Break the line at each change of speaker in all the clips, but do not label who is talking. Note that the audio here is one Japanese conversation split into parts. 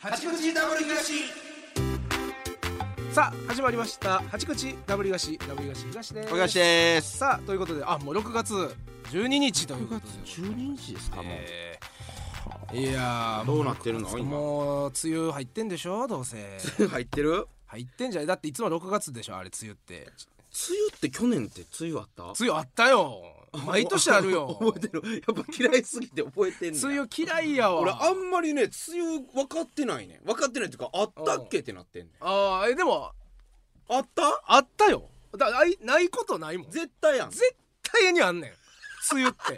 八口ダブル東
さあ始まりました八口ダブリガシダブリガシ東です
おかしです。
さあということであもう6月12日ということで
12日ですかもう。
えーいやー
どうなってるの
もう
今
もう梅雨入ってんでしょどうせ
入ってる？梅
入ってんじゃないだっていつも6月でしょあれ梅雨って
雨って去年って梅雨あった？
梅雨あったよ毎年あるよ
覚えてる。やっぱ嫌いすぎて覚えてんねん。
梅雨嫌いやわ
俺あんまりね梅雨分かってないね。分かってないっていうかあったっけってなってんねん。
あーえでも
あった？
あったよだないないことないもん
絶対やん。
絶対にあんねん梅雨って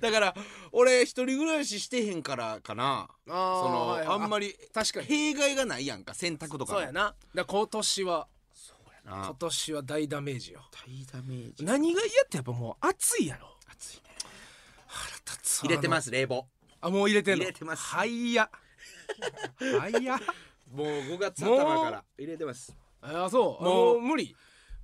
だから俺一人暮らししてへんからかな。
あ
そのあんま
り
り
確かに
弊害がないやんか洗濯とか
そうやなだから今年は
な
今年は大ダメージよ
大ダメージ
何が嫌ってやっぱもう暑いやろ
暑いね
立つ
入れてますす冷房
あもう入れてんの
入れてます
はいやはい や
もう5月
頭
頭
か
からら入れてます
あそうも
もう
う無理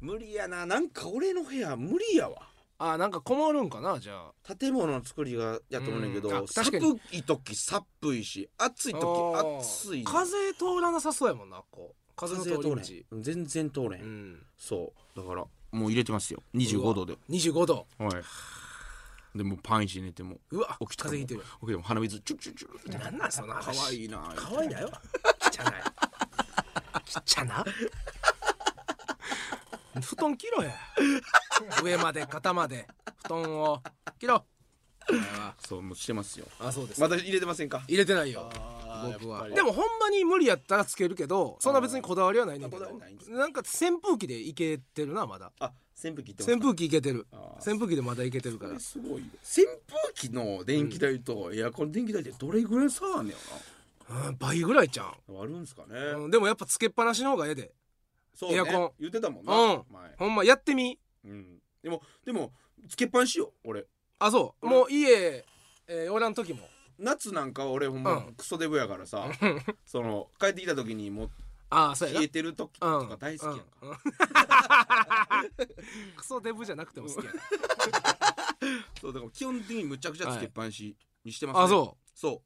無理やななんか俺の部屋無理やわ
あなんか困るんかなじゃあ
建物の作りがやっと思うねんけど、
うんあ確か
寒
に
い時寒いし暑い
あ
時
ー
暑い
風通らなさそうやもんなこう風の
風
通
通れ
り
ん全然通れん、
道うん
そうだからもう入れてますよ25度で
25度
はいでもうパンイチ寝ても
うわ
起きた
風邪ひいてる
起きても鼻水チュッチュッチュッって
なんなんその
か
話
わいいな
かわいいんだよきっちゃないきっちゃな布団切ろや上まで肩まで布団を切ろ
そうもうしてますよ
あそうです
まだ入れてませんか
入れてないよ僕はでもほんまに無理やったらつけるけどそんな別にこだわりはないねんだけ
あこだわりないんです
どなんか扇風機でいけてるなまだ
あ扇風機ってます
扇風機いけてる
あー
扇風機でまだいけてるから
すごいよ扇風機の電気代とエアコンの電気代ってどれぐらい差あんねや
うん倍ぐらいじゃん
ろなあるんすかね、
うんでもやっぱつけっぱなしの方がええで
そうね
エアコン
言ってたもんな、
うん
前
ほんまやってみ
うん、でもでもつけっぱなしよ俺
あそうもう家えーおらん時も
夏なんか俺ほんま
うん
クソデブやから さ、その帰ってきた時にもう
ああそうやな
冷えてる時とか大好きやんか、
うん うんクソデブじゃなくても好きやな
そうだから基本的にむちゃくちゃつけっぱなしにしてます、ね
あそう
そう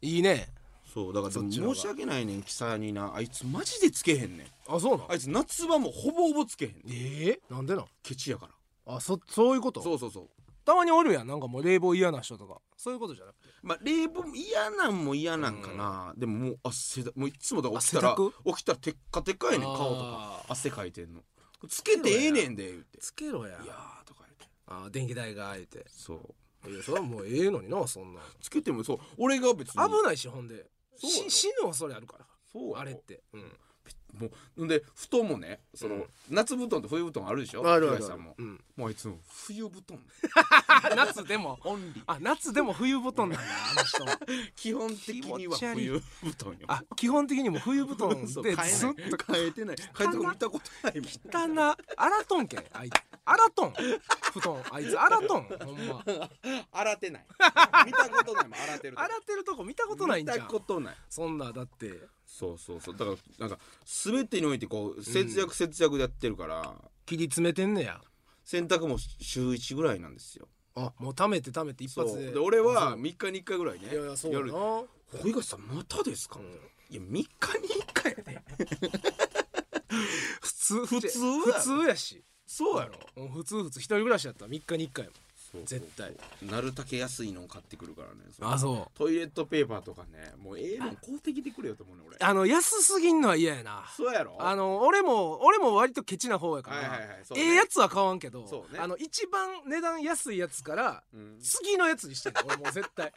いいね
うそうだからで
そっ
も
ちの方が
申し訳ないねんキサになあいつマジでつけへんねん
あそうなの
あいつ夏場もほぼほぼつけへんねん
えー、なんでなん
ケチやから
あそそういうこと
そうそうそう
たまにおるやんなんかもう冷房嫌な人とかそういうことじゃなくて
まあ冷房も嫌なんも嫌なんかな、でももう汗だもういつもだから起きた
汗だ
ら
く
起きたらテッカテカやねん
あー
顔とか汗かいてんのつけてええねんで言って
つけろや
いやーとか言って
あ電気代があえて
そう
いやそれはもうええのになそんな
つけてもそう俺が別に
危ないしほんで
そうや
し
ろ
死ぬ恐れあるから
そうやろ
あれって、うん、
もうんで布団もねその、
うん
夏布団と冬布団あるでしょ東さんも、
うん、
もうあいつも冬布団
あ夏でも
オンリー
あ夏でも冬布団なんだあの人は
基本的には
気持ち悪い
冬布団よ
あ基本的にもう冬布団でず
そ
っ
う変えない
と
変えてない変えて見たことないもん
汚なアラトンけあいつアラトン布団あいつアラトンほんま
洗ってない見たことないもん洗ってるとこ
洗ってるとこ見たことないんじゃ
見
ん
たことない
そんなだって
そうそうそうだからなんか全てにおいてこう節約節約でやってるから、
切り詰めてんねや
洗濯も週1ぐらいなんですよ
あもう溜めて溜めて一発
そう
で
で俺
あそ
は3
う
日に1回ぐらいね
いやいやそう
夜
やな
小東さんまたですか、
うん
いや3日に1回やで
普通
普通やろ
普通やし
そうやろ
うん普通普通一人暮らしやったら3日に1回も
そうそう
絶対
なるだけ安いのを買ってくるからねそう
あそう
トイレットペーパーとかねもうええもん買うてきてくれよと思うね俺
あの安すぎんのは嫌やな
そうやろ
あの俺も俺も割とケチな方やから、
はいはいはいそう
え
ね
えやつは買わんけど、
そうね
あの一番値段安いやつから
うん
次のやつにしてんの俺もう絶対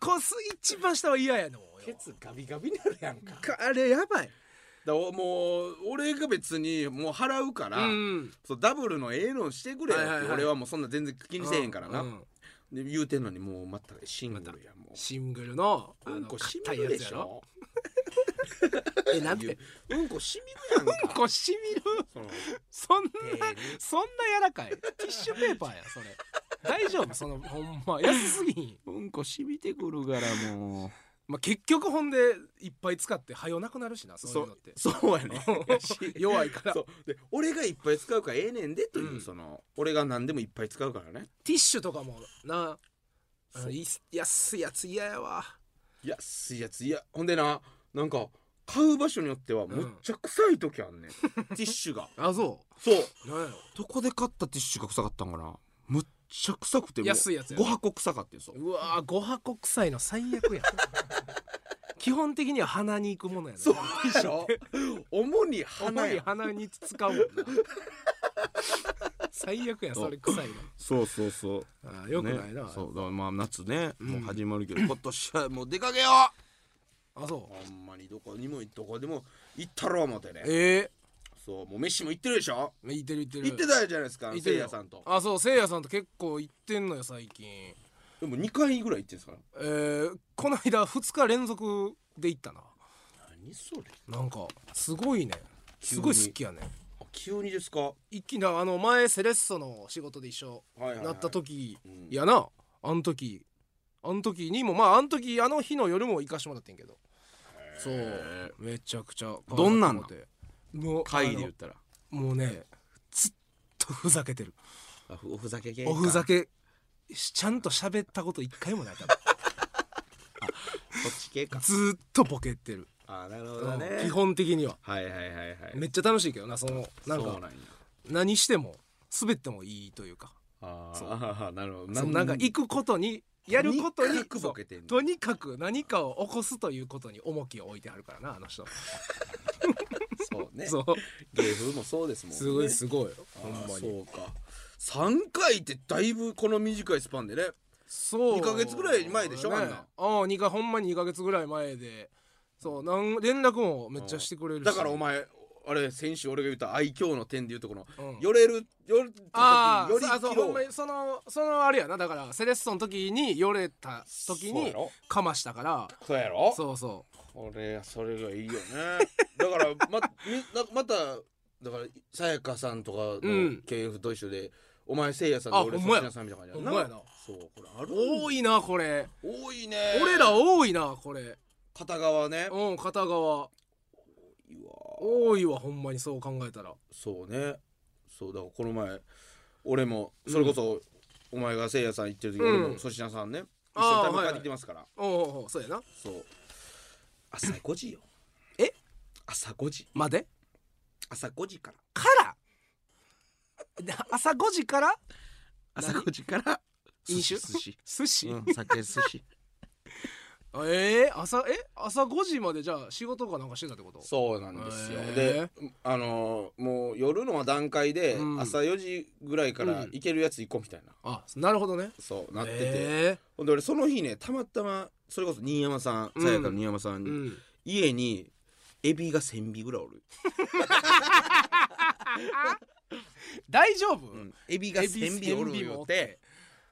こす一番下は嫌やの俺
ケ
は
ツガビガビになるやんか
あれやばい
だからもう俺が別にもう払うから、
うん
そうダブルのええのしてくれよって、
はいはいはい
俺はもうそんな全然気にせえへんからな、
うん
で言うてんのにもうまたシングルやもう
シングルのあ
うん
の
こし
硬
み
いや
るで
つや
し
ろ
ょ
えなんて
うんこしみるやん か
こうしみる
その
そんな
丁寧に
そんな柔らかいティッシュペーパーやそれ大丈夫そのほんま安すぎん、
うんこしみてくるからもう
まあ、結局ほんでいっぱい使ってはよなくなるしなそういうのって
そうやね
弱いから
そうで俺がいっぱい使うからええねんでという、
うん
その俺が何でもいっぱい使うからね
ティッシュとかもなあの
そう
い安いやつ嫌やわ
安いやついやほんでななんか買う場所によってはむっちゃ臭い時 あんねん、ティッシュが
あそ
そう
うなんや
どこで買ったティッシュが臭かったんかなむっちゃ臭くてもう
安いやつや
5箱臭かってんそう
ろうわー5箱臭いの最悪 やん基本的には鼻に行くものやね
そうでし ょ主に
主
鼻
に
や
鼻に使うもんな最悪やそれ臭いの
そうそうそう
あーよくないな、
ね、そうだからまあ夏ね、
ん
もう始まるけ ど今年はもう出かけよ
あ
う
そう
ほんまにどこにもどこでも行ったろう思ってね
え
そうもう飯も行ってるでしょ
えいてるいてる
行ってたじゃないですか
行って
せ
る
い
よ
やさんと
あそうせいやさんと結構行ってんのよ最近
でも2回ぐらい行ってんですから
えー、この間2日連続で行ったな
何それ
なんかすごいね
急
す
に
ごい好きやね
あ急にですかは
一気なあの前セレッソの仕事で一緒
いはい、はい、
なった時
うん
やなあの時あの時にもまああの時あの日の夜も行かしてもらってんけどそうめちゃくちゃ
どんなんなん
もう
会で言ったら
あのもうねずっとふざけてる
あふおふざけ系か
おふざけしちゃんと喋ったこと一回もない 多分
そっち系か
ずーっとボケてる
あなるほどね
基本的には
はいはいはいはい
めっちゃ楽しいけどなそのなん
そう
か
なんや
何しても滑ってもいいというか
あーあーなるほど
そうなんか行くことにやることに
とにかくボケてんの
そうとにかく何かを起こすということに重きを置いてあるからなあの 人
そうね
そう
芸風もそうですもんね
すごいすごい
あ
ほ
ー
んま
そ
に
うか3回ってだいぶこの短いスパンでね
そう
二ヶ月ぐらい前でしょ
ね
あんな
ああ二かほんまに2ヶ月ぐらい前でそうなん連絡もめっちゃしてくれるし
だからお前あれ先週俺が言った愛嬌の点で言うとこの、
うん
よれるよれた時
ああ
によ
よ
り
り
生
そう
きろ
ほんまにそのそのあれやなだからセレッソの時によれた時
そうや
に
ろ
かましたから
そうやろ
そうそ
これそれがい いよねだからまみなまただからさやかさんとかの
うん
経営と一緒で、お前せいやさん
あ
と俺
ほんまや
さちなさんみたいな感じ
ほんまやな
そうこれある
う多いなこれ
多いね
俺ら多いなこれ
片側ね
うん片側
いいわ
多いわほんまにそう考えたら
そうねそうだからこの前俺もそれこそ、お前がせいやさん行ってる時、
うん
俺も粗品さんね一
あー
緒に食べ帰ってきてますから、
おうおうおうそうやな
そう朝5時よ
え
朝5時
まで
朝5時から
からで朝5時から
朝5時から
飲酒
寿司
寿司、
うん、酒寿司
えー、朝え朝5時までじゃあ仕事かなんかしてたってこと
そうなんですよ、
へ
であのーもう夜の段階で、
うん
朝4時ぐらいから
うん
行けるやつ行こうみたいな、
あなるほどね
そうなってて、
え
ほんで俺その日ねたまたまそれこそ新山さん
うん
さやかの新山さん、
ーうん、
家にエビが1000尾ぐらいおる、
大丈夫、
エビが1000尾おる
エビ1000尾
よ
もお
っ
ってて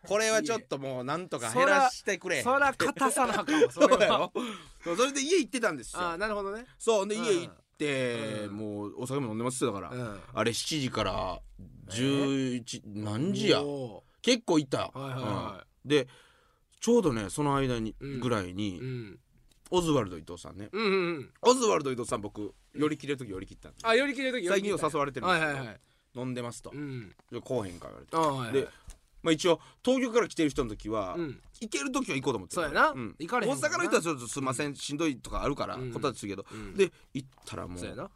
これはちょっともうなんとか減らしてくれ
そら硬さなあかんわそ
そ
れ
うや
は
ろそうそれで家行ってたんですよ
あーなるほどね
そうほんで
う
家
ん
行って、
うん
もうお酒も飲んでますよだから、
うん
あれ7時から11、何時や
お
結構行った、
ーはいはいは
うんでちょうどねその間に、
うん
ぐらいに、
い、うん、
オズワルド伊藤さんね
うんうんうん
オズワルド伊藤さん僕寄り切れる時寄り切ったんで
あ寄り切れる時
最近よう誘われてるんで
は
す
い
けど、
はいはい
飲んでますと
う、ん
じゃあ来おへんか言われて
あーはいはい
で、まあ、一応東京から来てる人の時は、
うん
行ける時は行こうと思ってる
そうやなん行かれへん
大
もんな
阪の人はちょっとすいません、しんどいとかあるから
うん
答えするけど、
うん
で行ったらもう
そうやな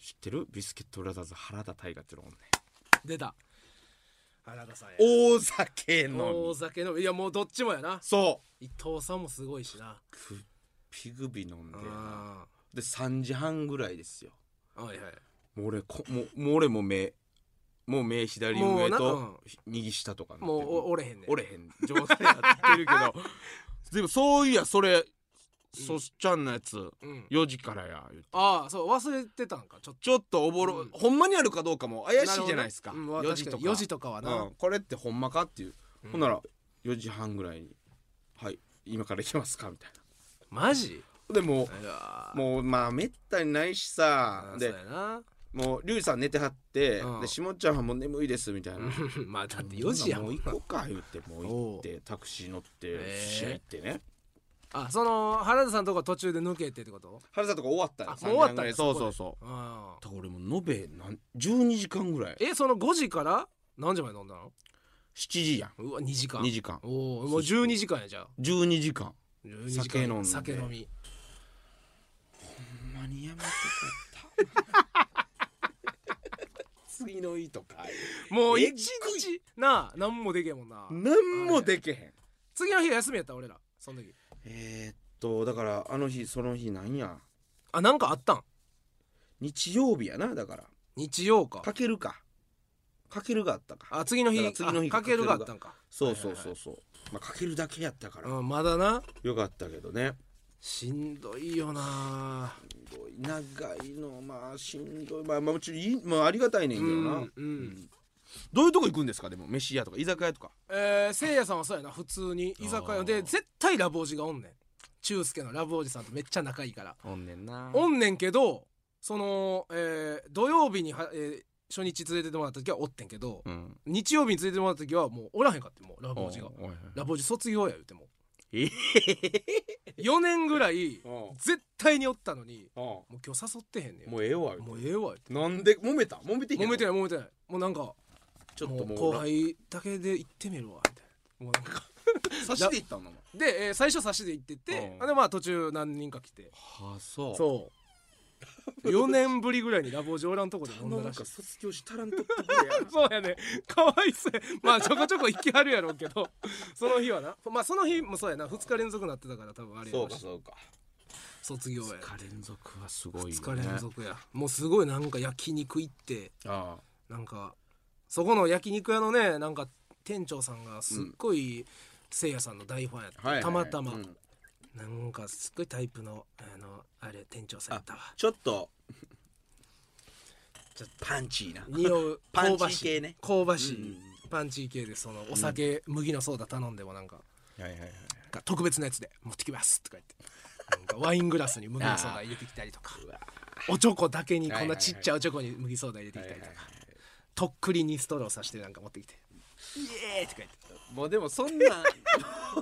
知ってるビスケットブラザーズ原田大河っていうのもね
出た原田さんや
大酒の
大
み
酒のいやもうどっちもやな
そう
伊藤さんもすごいしな
くピグビ飲んで
あ
で3時半ぐらいですよ
あはいは
もう俺こもうもう俺もう目もう目左
も
上
うな
とひ右下とか
いもうお
う
折れへんねん
折れへん状態やって るけどでもそういやそれそっちゃんのやつ
うん
4時からや言うて
ああそう忘れてたんかちょっ
ちょっとおぼろ、
うん
ほんまにあるかどうかも怪
と
しいじゃないですか
るほどねうん
4時とか
確に4時とかはな、
うんこれってほんまかっていう、
うん
ほんなら4時半ぐらいに「はい今から行きますか」みたい
マジ
なでも
いや
うもうまあめったにないしさ
ーそう
で
やな
もうリュウジさん寝てはって、
うん
でしもちゃんはもう眠いですみたいな、
うんまあだって4時や
も
も
うん行こうか言ってもう行ってタクシー乗って
へえ
試合行ってね
あその原田さんとこ途中で抜けてってこと
原田とか終わった
あ
よ
もう終わったん
3時半
や
ぐらいそうそうそう
ああ
だから俺も延べなん12時間ぐらい
えその5時から何時まで飲んだの
7時やん
うわ2時間
2時間
おおもう12時間やじゃあ
12時間
12時間
酒飲んで
酒飲み
ほんまにやめて
次のいいとか
もう
え
一日なあ何もできへんもんな
何もでけへん
次の日休みやった俺らその時
えー、っ
とだからあの日その日なんや
あなんかあったん
日曜日やなだから
日曜か
かけるかかけるがあったか
あ次の
だか
日
ら次の日
あかけるがあ
か
っ
けるが
たんか
そうそうそうそう、まあ、かけるだけやったから、
うんまだな
よかったけどね
しんどいよな
すごい長いのまあしんどいまあまあうちいい、まあ、ありがたいねんけどな、
うんうん
どういうとこ行くんですかでも飯屋とか居酒屋とか
えー、せいやさんはそうやな普通に居酒
あ
屋
ー
で絶対ラブおじがおんねん中介のラブおじさんとめっちゃ仲いいから
おんねんな
おんねんけどその、えー土曜日には、えー初日連れてってもらった時はおってんけど、
うん
日曜日に連れてってもらった時はもうおらへんかってもうラブ
お
お
い
じが
おい
ラブおじ卒業や言うても
え
4年ぐらい
うん
絶対におったのに
も
もう今日誘ってへんねん
うええわ
もうええわ言うて
なんで揉めた揉めてへんの
揉めてない揉めてないもうなんか
ちょっ
も
と
う
もう
後輩だけで行ってみるわみたいなもうなんか
差していったの
で、えー最初差しで行ってって、
うん
あでまあ途中何人か来て
はあそう
そう4年ぶりぐらいにラボジオランとこで飲んだ
な
ら
ん
しい
か卒業したらんとってくれや
そうやねかわいそうやまあちょこちょこ行きはるやろうけどその日はなまあその日もそうやな2日連続なってたから多分あれや
そう
ろ
か
し
そうか
卒業や
二日連続はすごいよ、ね、
2日連続やもうすごいなんか焼肉行って
あ
なんかそこの焼肉屋のねなんか店長さんがすっごい、せいやさんの大ファンやって、
あはいはいはい
たまたま、
うん
なんかすっごいタイプのあのあれ店長さんやったわ
ちょっと
ちょっ
パンチーな
匂う
パ
香
ン
ば
チ
し
ー
い
系ね
香ばし
うんうん
いパンチー系でそのお酒、麦のソーダ頼んでもなんか
はいはいはい
が特別なやつで持ってきますとか言ってなんかワイングラスに麦のソーダ入れてきたりと かおチョコだけにこんなちっちゃいおチョコに麦ソーダ入れてきたりとかとっくりにストローさしてなんか持ってきて「イエーイ!」とか言って
もうでもそんなも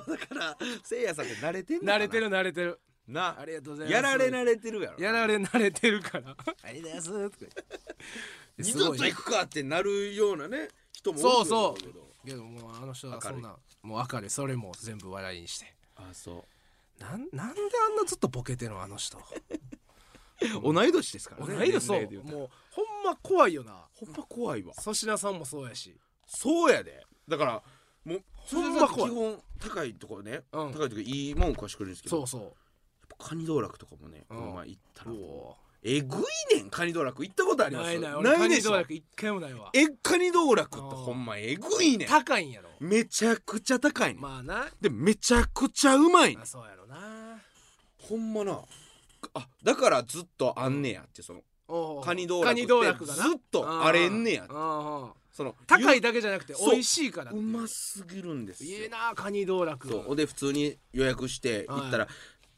うだからせいやさんって慣れてんの
慣
かな
れてる慣れてる
な
ありがとうございます
やられ慣れてるやろ
やられ慣れてるから「ありがとうございます」とか言って
二
す
度
ごい
と行くかってなるようなね人も
そう
多いよ
そ
だろけど
うけどもうあの人は
明
そ
るい
んなもう明るいそれも全部笑いにして
あそ
なんなんであんなずっとボケてんのあの人
同い年ですからね
同い年そ
年齢で言
う
たら
もうほんま怖いよな
ほんま怖いわ
粗品さんもそうやし
そうやでだからもう
ほん
それ
ま
だって
怖い
基本高いとこね、
うん
高いとこいいもん食わしてくれるんですけど
そうそ
やっぱカニ道楽とかもね、
う
こ
ん
の前行った
う
らもうえぐいねんカニ道楽行ったことあります
ないない俺
ないで
カニ
し
道
ょ
楽一回もないわ
えカニ道楽って
うん
ほんまえぐいねん
高いんやろ
めちゃくちゃ高いねん、
まあな
でめちゃくちゃうまいねん
あそうやろな
ほんまなあだからずっとあんねやってその
おうおう
カニ道楽って
カニ道楽がな
ずっとあれんねやって
うんうんうん
その
高いだけじゃなくて
そう
美味しいからって
う
いう
うますぎるんですよ
いいなカニ道楽
そうで普通に予約して行ったら、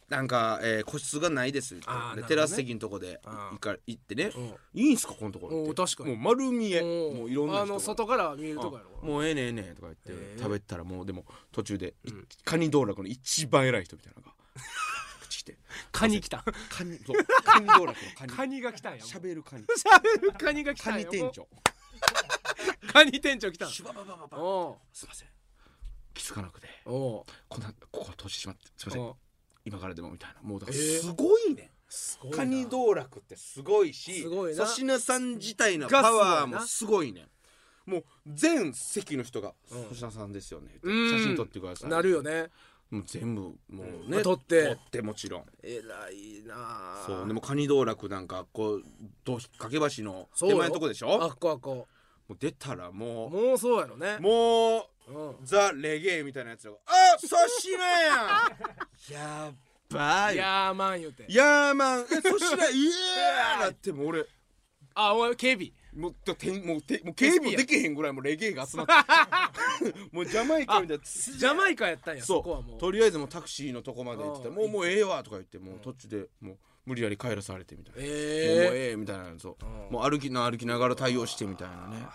なんか、えー個室がないですって
あー
で
なるほどね
テラス席のとこで
あー
行か行ってね、
うん
いいんすかこのところっ
お
て
う確かに
もう丸見え
お
もういろんな人が
あの外から見えるとこや
うん
ろ
もうええねええねえとか言って
へえ
食べてたらもうでも途中で、い
うん
カニ道楽の一番偉い人みたいな のが口来て
カニ来た
カニそうカニ道楽のカニ
カニが来たんやもう
しゃべるカニ
喋るカニが来た
カ
ん
ニ
や
店
も
長
うカニ店長来たん
シュバババババ
お
すいません気づかなくて
うお
こんなここ閉じてしまってすいうません
おう
今からでもみたいなもうだから
ええ
すごいね、
すごいな
カニ道楽ってすごいし
すごいな
粗品さん自体のパワーもすごいねもう全席の人が「
うん
粗品さんですよね」
うん
写真撮ってください」
なるよね
もう全部もうね、
うん撮って
撮ってもちろん
えらいな
そうでもカニ道楽なんかこうどひっかけ橋の手前のとこでしょ
あっこあっこ
もう出たらも
もうそうやろね
うもう
うん
ザ・レゲエみたいなやつが「あ粗品やん! 」 やっばいや
ヤーマン言うて
ーまんえ粗品いやーなってもう俺
あお前警備
もうだてんもうてもう警備もできへんぐらいもうレゲエが集まって もうジャマイカみたいな
ジャマイカやったんや
そ
そうこはもう
とりあえずもうタクシーのとこまで行ってた
うん
もうもうええわとか言ってもう途中でもう無理やり帰らされてみたいな、もうもう
ええ
ええみたいなそう、
うん
もう歩きな歩きながら対応してみたいなね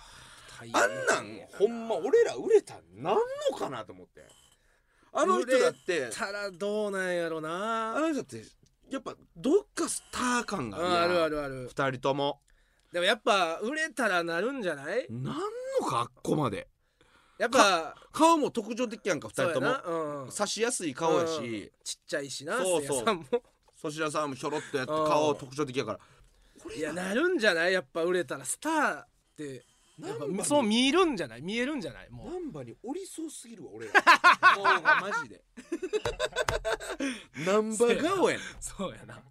大
あ
変
んなんほんま俺ら売れたんなんのかなと思ってあの人だって
たらどうなんやろな
あの人ってやっぱどっかスター感が
うんあるあ
る
るある
2人とも
でもやっぱ売れたらなるんじゃない
なんのかあっこまで
やっぱ
顔も特徴的やんか二
そう
人
や
とも
な、うん、
刺しやすい顔やし
ちっちゃいしな
そうそう
せいやさんも
粗品さんもひょろっとやって
うん
顔特徴的やから
いやなるんじゃないやっぱ売れたらスターってやっ
なんか
ぱそう見えるんじゃない見えるんじゃないも
難波におりそうすぎるわ俺ら 顔がマ ジで難波顔やねん
うそうやなだか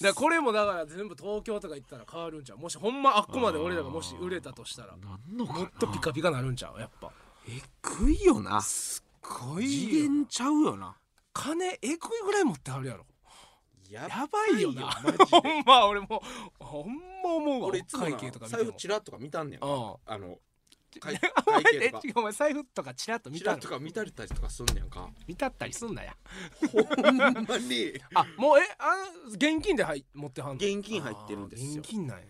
らこれもだから全部東京とか行ったら変わるんちゃうもしほんまあっこまで俺らがもし売れたとしたら
なんのかな
もっとピカピカなるんちゃうやっぱ
えぐいよな
ご
次元ちゃうよな
金えぐいぐらい持ってはるやろ
や
やばいよな
マジ
ほ
で
んま俺もうほんま思うわ
俺いつも
会
な
計とか見
財
て
布
も
チラッとか見たんねん
うんお
あの
前
会会計
え
とか
違うお前財布とかチラッと見
チ
た
ラ
の
ッとか見たりたりとかすんねやんか
見たったりすんなや
ほんまに
あもうえあ現金ではい持ってはんの
現金入ってるんですよ
あー現金なんや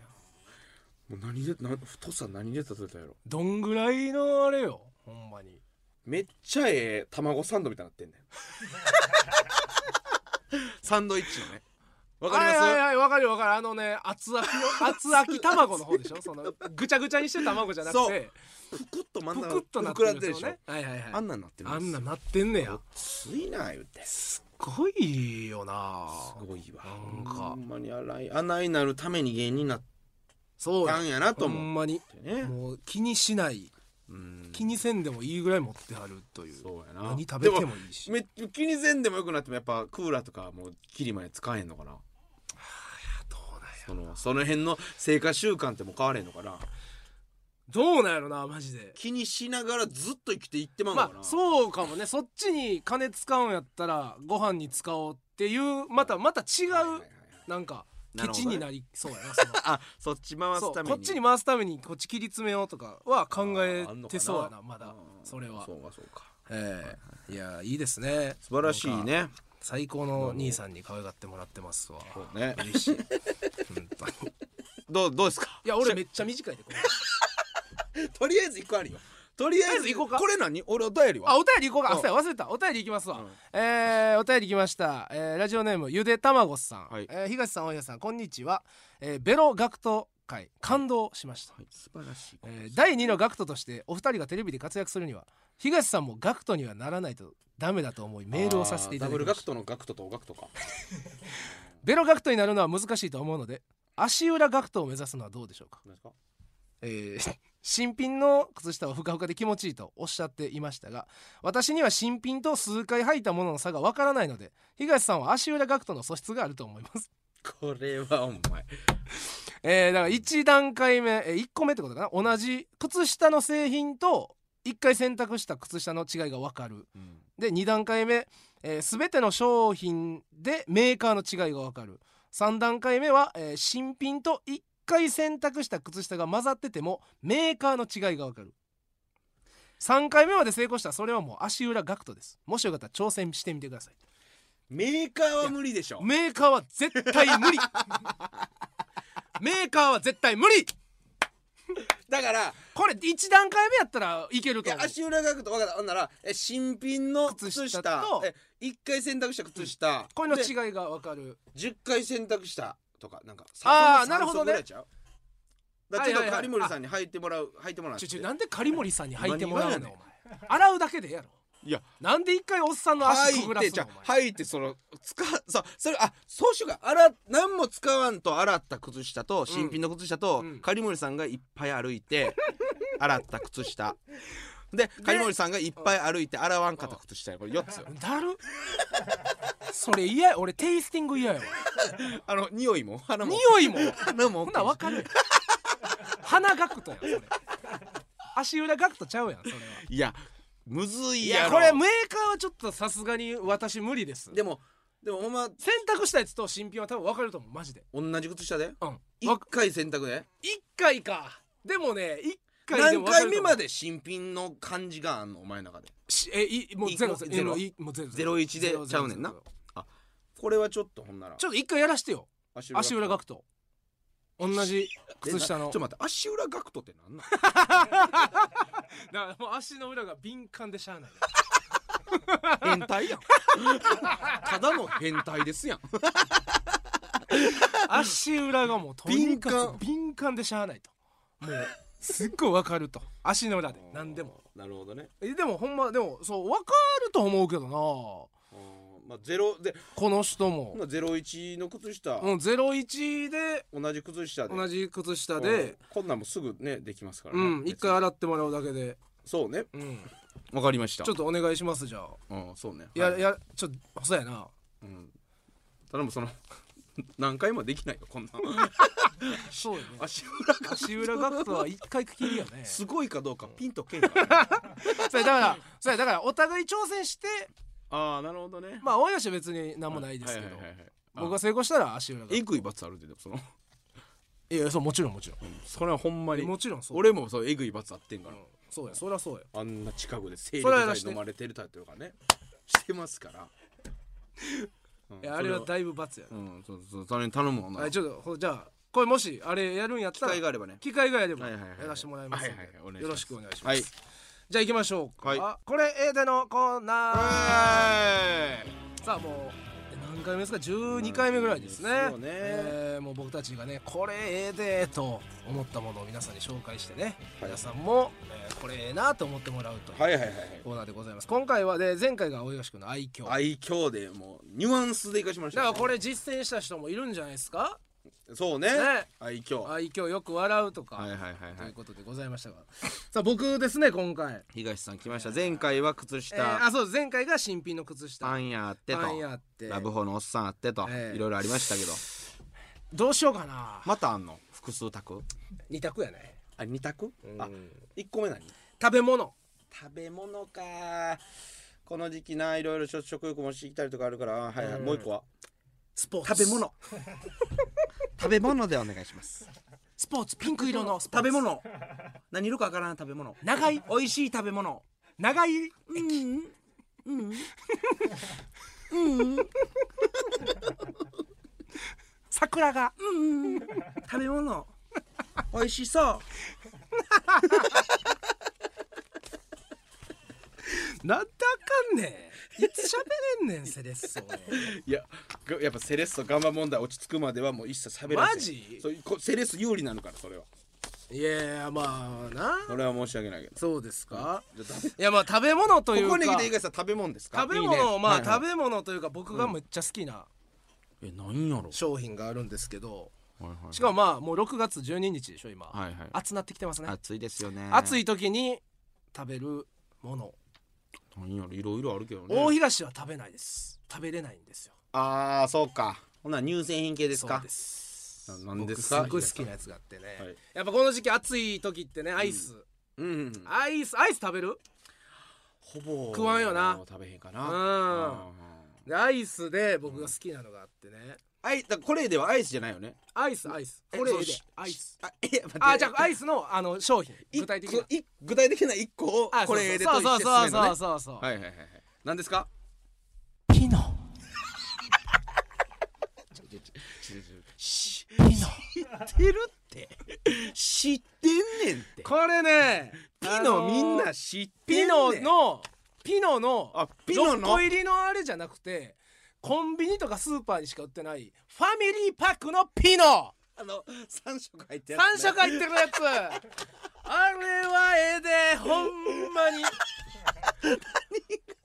もう何でな太さ何で例えたやろ
どんぐらいのあれよほんまに
めっちゃええ卵サンドみたいにな ってんねん
サンドイッチのね
わかります、
はいはいはいわかるよわかるあのね厚焼き の厚焼き卵の方でしょそのぐちゃぐちゃにして卵じゃなくて
ぷくっと真
ぷ
ん中
くっとなって
膨ら
る
ん
ん
で
で
る
し
で
ょ
しょ、
ねはいはいはい
あんなになってる
あんな
な
なってんねや
ついな言うてす
すごいよな
ごいわ
なんか
ほんまに荒い穴になるために芸人になっ
そう
た
や
んやなと
ほ
思
んまに
ってね
もう気にしない
うん
気にせんでもいいぐらい持ってはるという
そうやな
何食べて
でも
もいいし
め気にせんでもよくなってもやっぱクーラーとかもう切りまで使えへんのかな
どうなんや
そのその辺の生活習慣ってもう変われへんのかな
どうなんやろなマジで
気にしながらずっと生きていってまうのか
ま
な、
あそうかもねそっちに金使うんやったらご飯に使おうっていうまたまた違
はいはいはいう
なんか
なる
ケ
ほどね
チになりそうやなその
あそっち回
そ
すた
う
めに
こっちに回すためにこっち切り詰めようとかは考え
ああんのか
てそうやなまだ
うん
それは
そうかそうか
ええいやいいですね
素晴らしい
なんか
ね
最高の兄さんに可愛がってもらってますわ
そうね
嬉しい本当に
どうどうですか
いや俺めっちゃ短いでこ れ
とりあえず一個あるよとりあ
とりあ
えず
えず行こうか
これ何俺お便りは
あお便り行こうか
う
あ
ん
そうや忘れたお便り行きますわ、
うん
えーお便り来ました、えーラジオネームゆでたまごさん、
はい
えー東さん大家さんこんにちは、えーベロ学徒会感動しました、
はい素晴らしい
えー第2の学徒としてお二人がテレビで活躍するには東さんも学徒にはならないとダメだと思いメールをさせていただ
あー
き
ダブル
ま
学
した
徒の学徒とお学徒か
ベロ学徒になるのは難しいと思うので足裏学徒を目指すのはどうでしょうか
何ですか
えー 新品の靴下はふかふかで気持ちいいとおっしゃっていましたが私には新品と数回履いたものの差がわからないので東さんは足裏学徒の素質があると思います、
これはお前
えーだから1段階目、え1個目ってことかな同じ靴下の製品と1回選択した靴下の違いがわかる
うん
で2段階目、えー全ての商品でメーカーの違いがわかる3段階目は、えー新品と1回選択した靴下が混ざっててもメーカーの違いがわかる3回目まで成功したらそれはもう足裏ガクトですもしよかったら挑戦してみてください
メーカーは無理でしょ
メーカーは絶対無理メーカーは絶対無理
だから
これ1段階目やったらいける
い
と
や
思う
足裏学徒分かったほんならえ新品の靴下
靴下と
え一回選択した靴下
こういう
で
の違いがわかる
10回選択したとかなんか
あー
そん
なるほどね
そんぐらいちゃうだからちょ
はい
っと
はいはい
狩森さんに履いてもらう履いてもらう
ちょちょなんで狩森さんに履いてもらうの
何
お前洗うだけでええやろ
いや
なんで一回おっさんの足くぐら
履い
す
てじ
の
ゃあ履いてその使うそうそれあ総主が洗っ何も使わんと洗った靴下と新品の靴下と、
うん
狩森さんがいっぱい歩 いて洗った靴下で狩森さんがいっぱい歩いて洗わんかった靴下やこれ4つよ
お前だるそれ嫌や俺テイスティング嫌やわ
あの匂いも鼻も
匂いも
鼻も
ほんなら分かるやん鼻ガクトやんそれ足裏ガクトちゃうやんそれはい
やむずい
い
や
や
ろ
これメーカーはちょっとさすがに私無理です
でもでもほんま
選択したやつと新品は多分分かると思うマジで
同じ靴下で
うん
1回選択で
1回かでもね1回で
何
も分か
回
ると
目
思う
まで新品の感じがあんのお前の中で
しえいもうゼロ
いゼロ
いもうゼロ
ゼロ一で
ゼロゼロ
ちゃうねんな
ゼロゼロ
これはちょっとほんなら
ちょっと一回やらしてよ
足
足裏
学
ガクト同じ靴下の
ちょっと待って足裏学徒ってなんなん
だからもう足の裏が敏感でしゃあない
変態やんただの変態です やん
足裏がもうとにかく
敏感
敏感でしゃあないともうすっごいわかると足の裏で何でも
なるほどね
えでもほんまでもそう分かると思うけどなこ
あーまあゼロで
の人
ほ
も、
なゼロ一の靴下、
うん、01で
同じ靴下で
同じ靴下で
うんこんなんもすぐねできますから
う
ね
ん
別に
一回洗ってもらうだけで、
そうね
うん、
わかりました
ちょっとお願いしますじゃあ
うんそうね
や
はい
やちょっと細やな
うんただもうその 何回もできないよこんなん
そうよね
足裏が
足裏学徒は一回区切りよ ね
すごいかどうかピンとけんから ね
それだからそれだからお互い挑戦して
ああなるほどね
まあ大吉は別に何もないですけど、
はいはいはいはい
僕が成功したら足裏が
えぐい罰あるででもその
いやそうもちろんもちろん
それはほんまに
もちろんそう
俺もそうえぐい罰あってんから、
そうやそりゃそうや
あんな近くで精
それは
力
出して
剤飲まれてるタイプとかねしてますから、うん
いやあれは
そ
だいぶ罰や
れはうんそうそうそれに頼むもんな
はいちょっとほじゃあこれもしあれやるんやっ
機
たら
会があればね
機会がやれば
はい
や
はいはいはい
らしてもらいますんで
はいはいはいお願いします
よろしくお願いします、
はい
じゃあ行きましょうか、
はい
これ A でのコーナー、
はい
さあもうえ何回目ですか12回目ぐらいですね,、
ですよね
えーもう僕たちがねこれええでと思ったものを皆さんに紹介してね、
はい
皆さんも、えーこれええなと思ってもらうという
はいはいはいはい
コーナーでございます今回はね前回が青よしくの愛嬌
愛嬌でもうニュアンスで生かしました
だ
ね
からこれ実践した人もいるんじゃないですか
そうね
ね
愛嬌はい
愛嬌よく笑うとか、
はいはいは
という
い
ことでございましたがさあ僕ですね今回、
東さん来ました前回は靴
えー
下
あそう前回が新品の靴下
パン屋あってと
パン屋あって
ラブホのおっさんあってと
ええ
いろいろありましたけど
どうしようかな、
またあんの複数択
二択やね
あ二択あ一個目何
食べ物
食べ物かこの時期ないろいろ食欲もしてきたりとかあるからはいはいもう一個は
スポーツ
食べ物食べ物でお願いします
スポーツピンク色のスポーツ
食べ物何色かわからん食べ物
長い
美味しい食べ物
長い桜が
食べ物美味しそう
なんであかんねんいつ喋れんねんセレッソ
いやがやっぱセレッソガンマ問題落ち着くまではもう一切喋らない
マジ
そうこセレッソ有利なのからそれはい
やまあな
それは申し訳ないけど
そうですか
じ ゃあ食べ
いやまあ食べ物という
ここ
か
に来ていいさ食べ物ですか
食べ
いい
物
ね
ま
は
あ
いはい
食べ物というか僕がめっちゃ好きな
え何やろ
商品があるんですけど
はいはい
しかもまあもう6月12日でしょ今
はいはい
暑なってきてますね
暑いですよね
暑
い
い時に食べるもの
何やろいろいろあるけどね
大東は食べないです食べれないんですよ
ああそうかほな乳製品系です
そう
か
です
ななんですか
僕すっごい好きなやつがあってね、
はい
やっぱこの時期暑い時ってねアイス、
うんうんうん
アイスアイス食べる
ほぼ
食わんよな
食べへんか
う
なんあ
でアイスで僕が好きなのがあってね、
あいだからこれではアイスじゃないよね
アイスアイス
え
これ
そう
で
し
アイス
あえ待って
あじゃあアイスのあの商品
一
具
個
体的な
一具体的な一個を
あ
これで
そうそう
と一緒
そう
に進めるのね
そうそうそう
はいはいはいはい。何ですか？
ピノ
知
ピノ
ってるって。知ってんねんって。
これね
ピ
あ
ノ
の
みんな知って
ピ
んねん。
ノのピノの
あピノの
6個入りのあれじゃなくてコンビニとかスーパーにしか売ってないファミリーパックのピノ
あの三色入って
三色入ってるやつ あれはええでほんま に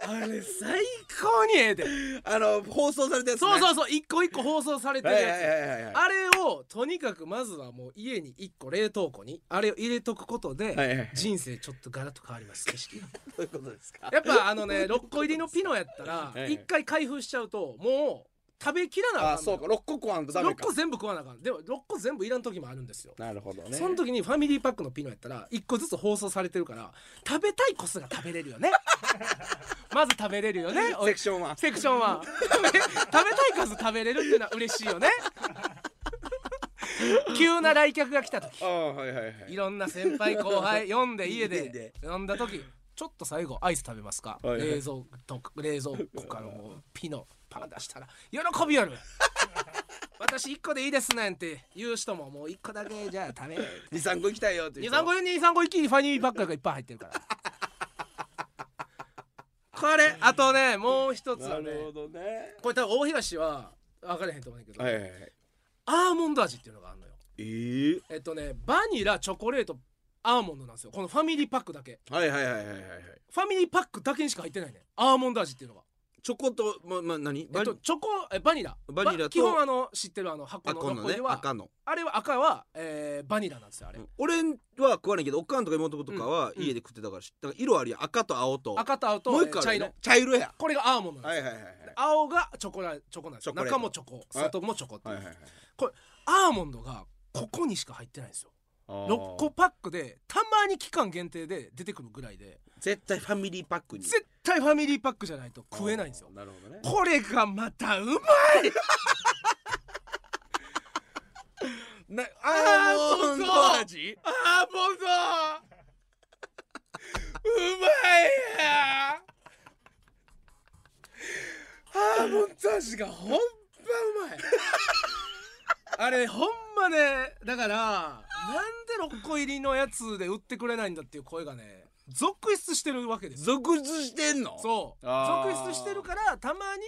あれ最高にええで
あの放送されたやつ、ね。。
そうそううそう一個一個放送されてる
は
や
い
つ、
はいはいはいはい。
あれをとにかくまずはもう家に一個冷凍庫にあれを入れとくことで、
はいはいはい
人生ちょっとガラッと変わります景色が
どういうことですか？
やっ ぱあのね6個入りのピノやったら
はいはい
一回開封しちゃうともう食べきらな
あ
あかんの
そうか六個食わんとダメ
6
か
個。全部食わなあかんでも6個全部いらん時もあるんですよ
なるほどね。
その時にファミリーパックのピノやったら1個ずつ放送されてるから食べたい個数が食べれるよ ねまず食べれるよねお
セクションは。
セクションは 食べ食べたい数食べれるっていうのは嬉しいよ ね急な来客が来た時
ああはいはいはい。
いろんな先輩後輩 読んで家
家
で
で
読んだ時ちょっと最後アイス食べますか、
はいはい
冷蔵と冷蔵庫からもうピノパン出したら喜び よる私1個でいいですねんって言う人ももう1個だけじゃあ食べ
二三個行きたいよっていう人。
23個23一気にファニーバッグがいっぱい入ってるからこれあとねもう一つ
な
はね
るほどね。
これ多分大東は分かれへんと思うんだけど、
はいはいはい。
アーモンド味っていうのがあるのよ
ええ
えっとねバニラチョコレートアーモンドなんですよこのファミリーパックだけ
はいはいはいはいはいはい
ファミリーパックだけにしか入ってないねアーモンド味っていうのが、
チョコとまま何
え
バ
っ
ニ、
と、チョコえバニラ
バニラと
ば基本あの知ってるあの箱
あ
の
この
箱
ね
では、
赤の、
あれは赤は、えーバニラなんですよあれ、
うん俺は食わないけどおかんとか妹とかは
うん
家で食ってたから,、だから色あるやん赤と青と
赤と青と、
もう一
え
個
ー
あ
茶
る
色
よね茶色や
これがアーモンドなんですよ、
はいはいはいはい
青がチョコラチョコなんですよ
チョコレート
中もチョコ外もチョコっていう、
はいはいはい
アーモンドがここにしか入ってないんですよ
あー
6個パックでたまに期間限定で出てくるぐらいで
絶対ファミリーパックに
絶対ファミリーパックじゃないと食えないんですよ
あーなるほどね
これがまたうまい
な
アーモンド
味
アーモンドうまいやアーモンド味がほんまうまいあれほんまねだからなんで6個入りのやつで売ってくれないんだっていう声がね続出してるわけですよ
続出してんの
そう
あー
続出してるからたまに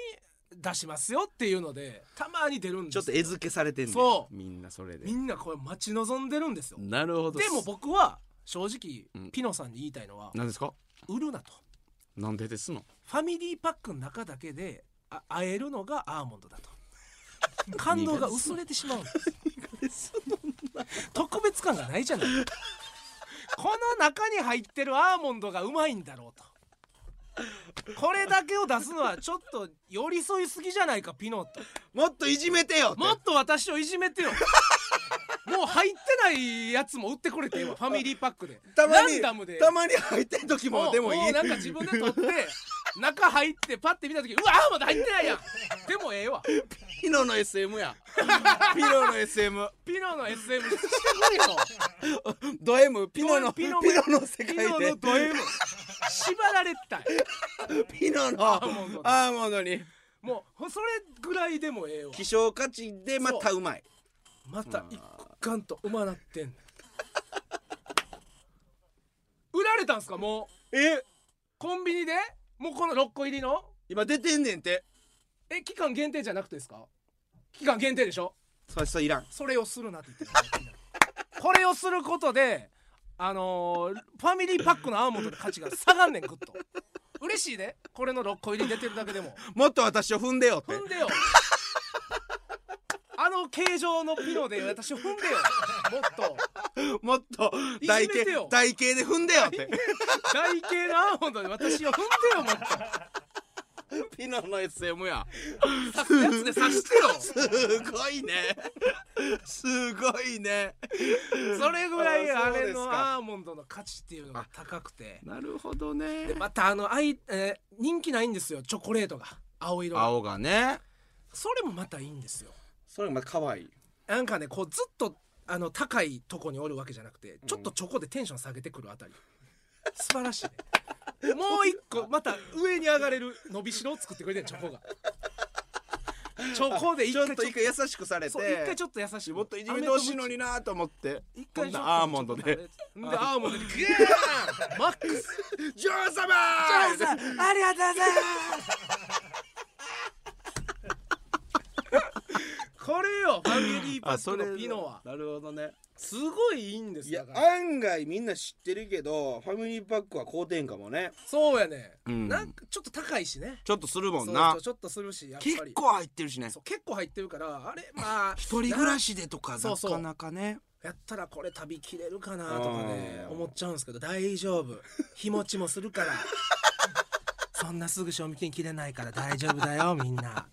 出しますよっていうのでたまに出るんです
ちょ
よ
っと絵付けされてんねん
そう
みんなそれで
みんなこれ待ち望んでるんですよ
なるほど
でも僕は正直、
うん
ピノさんに言いたいのは
なんですか
売るなと
なんでですの
ファミリーパックの中だけであ会えるのがアーモンド だと感動が薄れてしまうんです特別感がないじゃないこの中に入ってるアーモンドがうまいんだろうとこれだけを出すのはちょっと寄り添いすぎじゃないかピノと
もっといじめてよって
もっと私をいじめてよ もう入ってないやつも売ってくれてよファミリーパックで
たま
ラ
に
ンダムで
たまに入ってる時もでもいい
なんか自分で取って 中入ってパッて見た時うわまだ入ってないやんでもええわ
ピノの SM やピノの SM
ピノの SM してくれ よ
ド M ピノの
ピ
ピ
ノ
ノ
も
の世
ピ
界
ノ
で
のド M 縛られたい
ピノのア
ーモンド
ーモンドに
もうそれぐらいでもええわ
希少価値でまたうまい
また一貫とうまなってんねん売られたんすかもう
え
コンビニでもうこの6個入りの
今出てんねんて
え期間限定じゃなくてですか期間限定でしょ
ささいらん
それをするなって言ってるこれをすることであのーファミリーパックのアーモンドの価値が下がんねんグッと嬉しいねこれの6個入り出てるだけでも
もっと私を踏んでよって
踏んでよあの形状のピノで私踏んでよもっと
もっと
いじ
台
めて
形
よ
台形で踏んでよって
台形のアーモンドで私を踏んでよもっと
ピノの SM や
刺すやつで刺してよ
すごいねすごいね
それぐらい
あ
あ
そうですか
れのアーモンドの価値っていうのが高くて
なるほどね
でまたあのあい、えー人気ないんですよチョコレートが青色が
青がね
それもまたいいんですよ
それがまあ可愛い
なんかねこうずっとあの高いとこにおるわけじゃなくてちょっとチョコでテンション下げてくるあたり、素晴らしい ねもう一個また上に上がれる伸びしろを作ってくれてるチョコがチョコで一
ちょ
回
っと一回優しくされて
そう一回ちょっと優しい
もっといじめてほしいのになと思って
一
こ
回
ん
ちょっと
なアーモンドで
でアーモンドでグーンマックス
「ジョー様!」
ジョーさんありがとうございますこれよファミリーパ
あ
ッ
そ
ク
れ
のピノは
なるほどね
すごいいいんです
い
よ
や
だから
案外みんな知ってるけどファミリーパックは高点かもね
そうやね、
うん
なんかちょっと高いしね
ちょっとするも
そ
ん
う
な
そうちょっとするしやっぱり
結構入ってるしね
そう結構入ってるからあれまあ
一人暮らしでとか
そう
な
そう
かなかね
なやったらこれ旅切れるかなとかね
うん
思っちゃうんですけど大丈夫日持ちもするから そんなすぐ賞味期限切れないから大丈夫だよみんな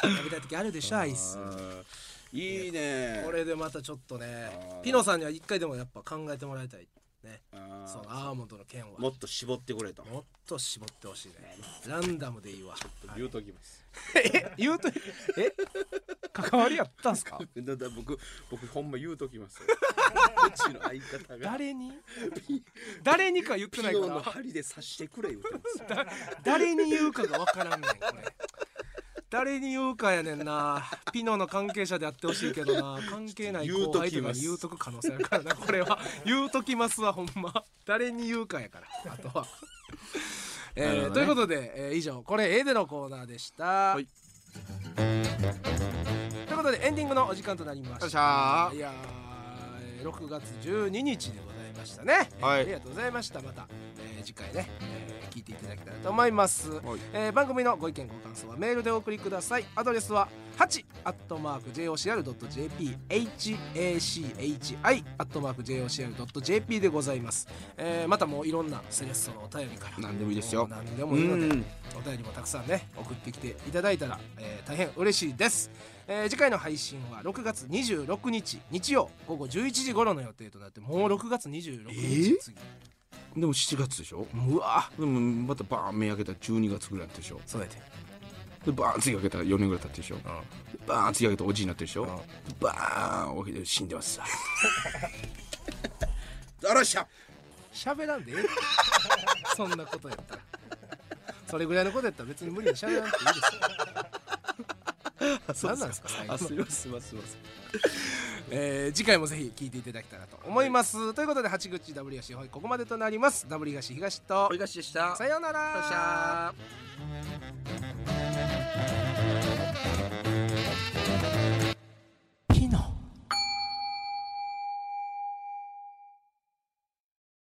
食べたい時あるでしょアイス
うんいいね
これでまたちょっとね
あー
ピノさんには一回でもやっぱ考えてもらいたいね
あー
そのアーモンドの件は
も
も
っと絞ってくれと
っと絞ってほしいねランダムでいいわ
言うときます
え言うとえ関わりやったんすか
だだ僕僕ほんま言うとき ますようちの相方が
誰に誰にか言って
ピ
ないか
ノの
ら
針で刺してくれ言うてますよ
誰に言うかが分からんねんこれ誰に言うかやねんなピノの関係者であってほしいけどな関係ない後輩とかに言うとく可能性あるからなこれは言うときますわほんま誰に言うかやからあとは、えー
なるほどね
ということで、えー以上これ A でのコーナーでした、
はい
ということでエンディングのお時間となりました
よっしゃー
いやーえー6月12日でございますましたね、
はい
ありがとうございましたまた、えー次回ね、えー聞いていただきたいと思います、えー番組のご意見ご感想はメールでお送りくださいアドレスは8 jocr.jp hachi jocr.jp でございます、えーまたもういろんなセレッソのお便りから
何でもいいですよ
もう何でもいいので
うん
お便りもたくさんね送ってきていただいたら、えー大変嬉しいです、えー次回の配信は6月26日日曜午後11時頃の予定となってもう6月26日、
えー
次
でも7月でしょ
うわ
でもまたバーン目開けたら12月ぐらいだったでしょ
そうやって
でバーン次開けたら4年ぐらい経ってるでしょ、バーン次開けたらおじいになってるでしょ、バーンおひで死んでます
よろし ゃ
喋らんでええって そんなことやったらそれぐらいのことやったら別に無理に喋らなくていいですよ何なんですか最後の
ませんすいません
えー次回もぜひ聞いていただけたらと思います、ということで八口ダブリガシここまでとなりますダブリガシ東と
おいがしでした
さようなら
よっしゃー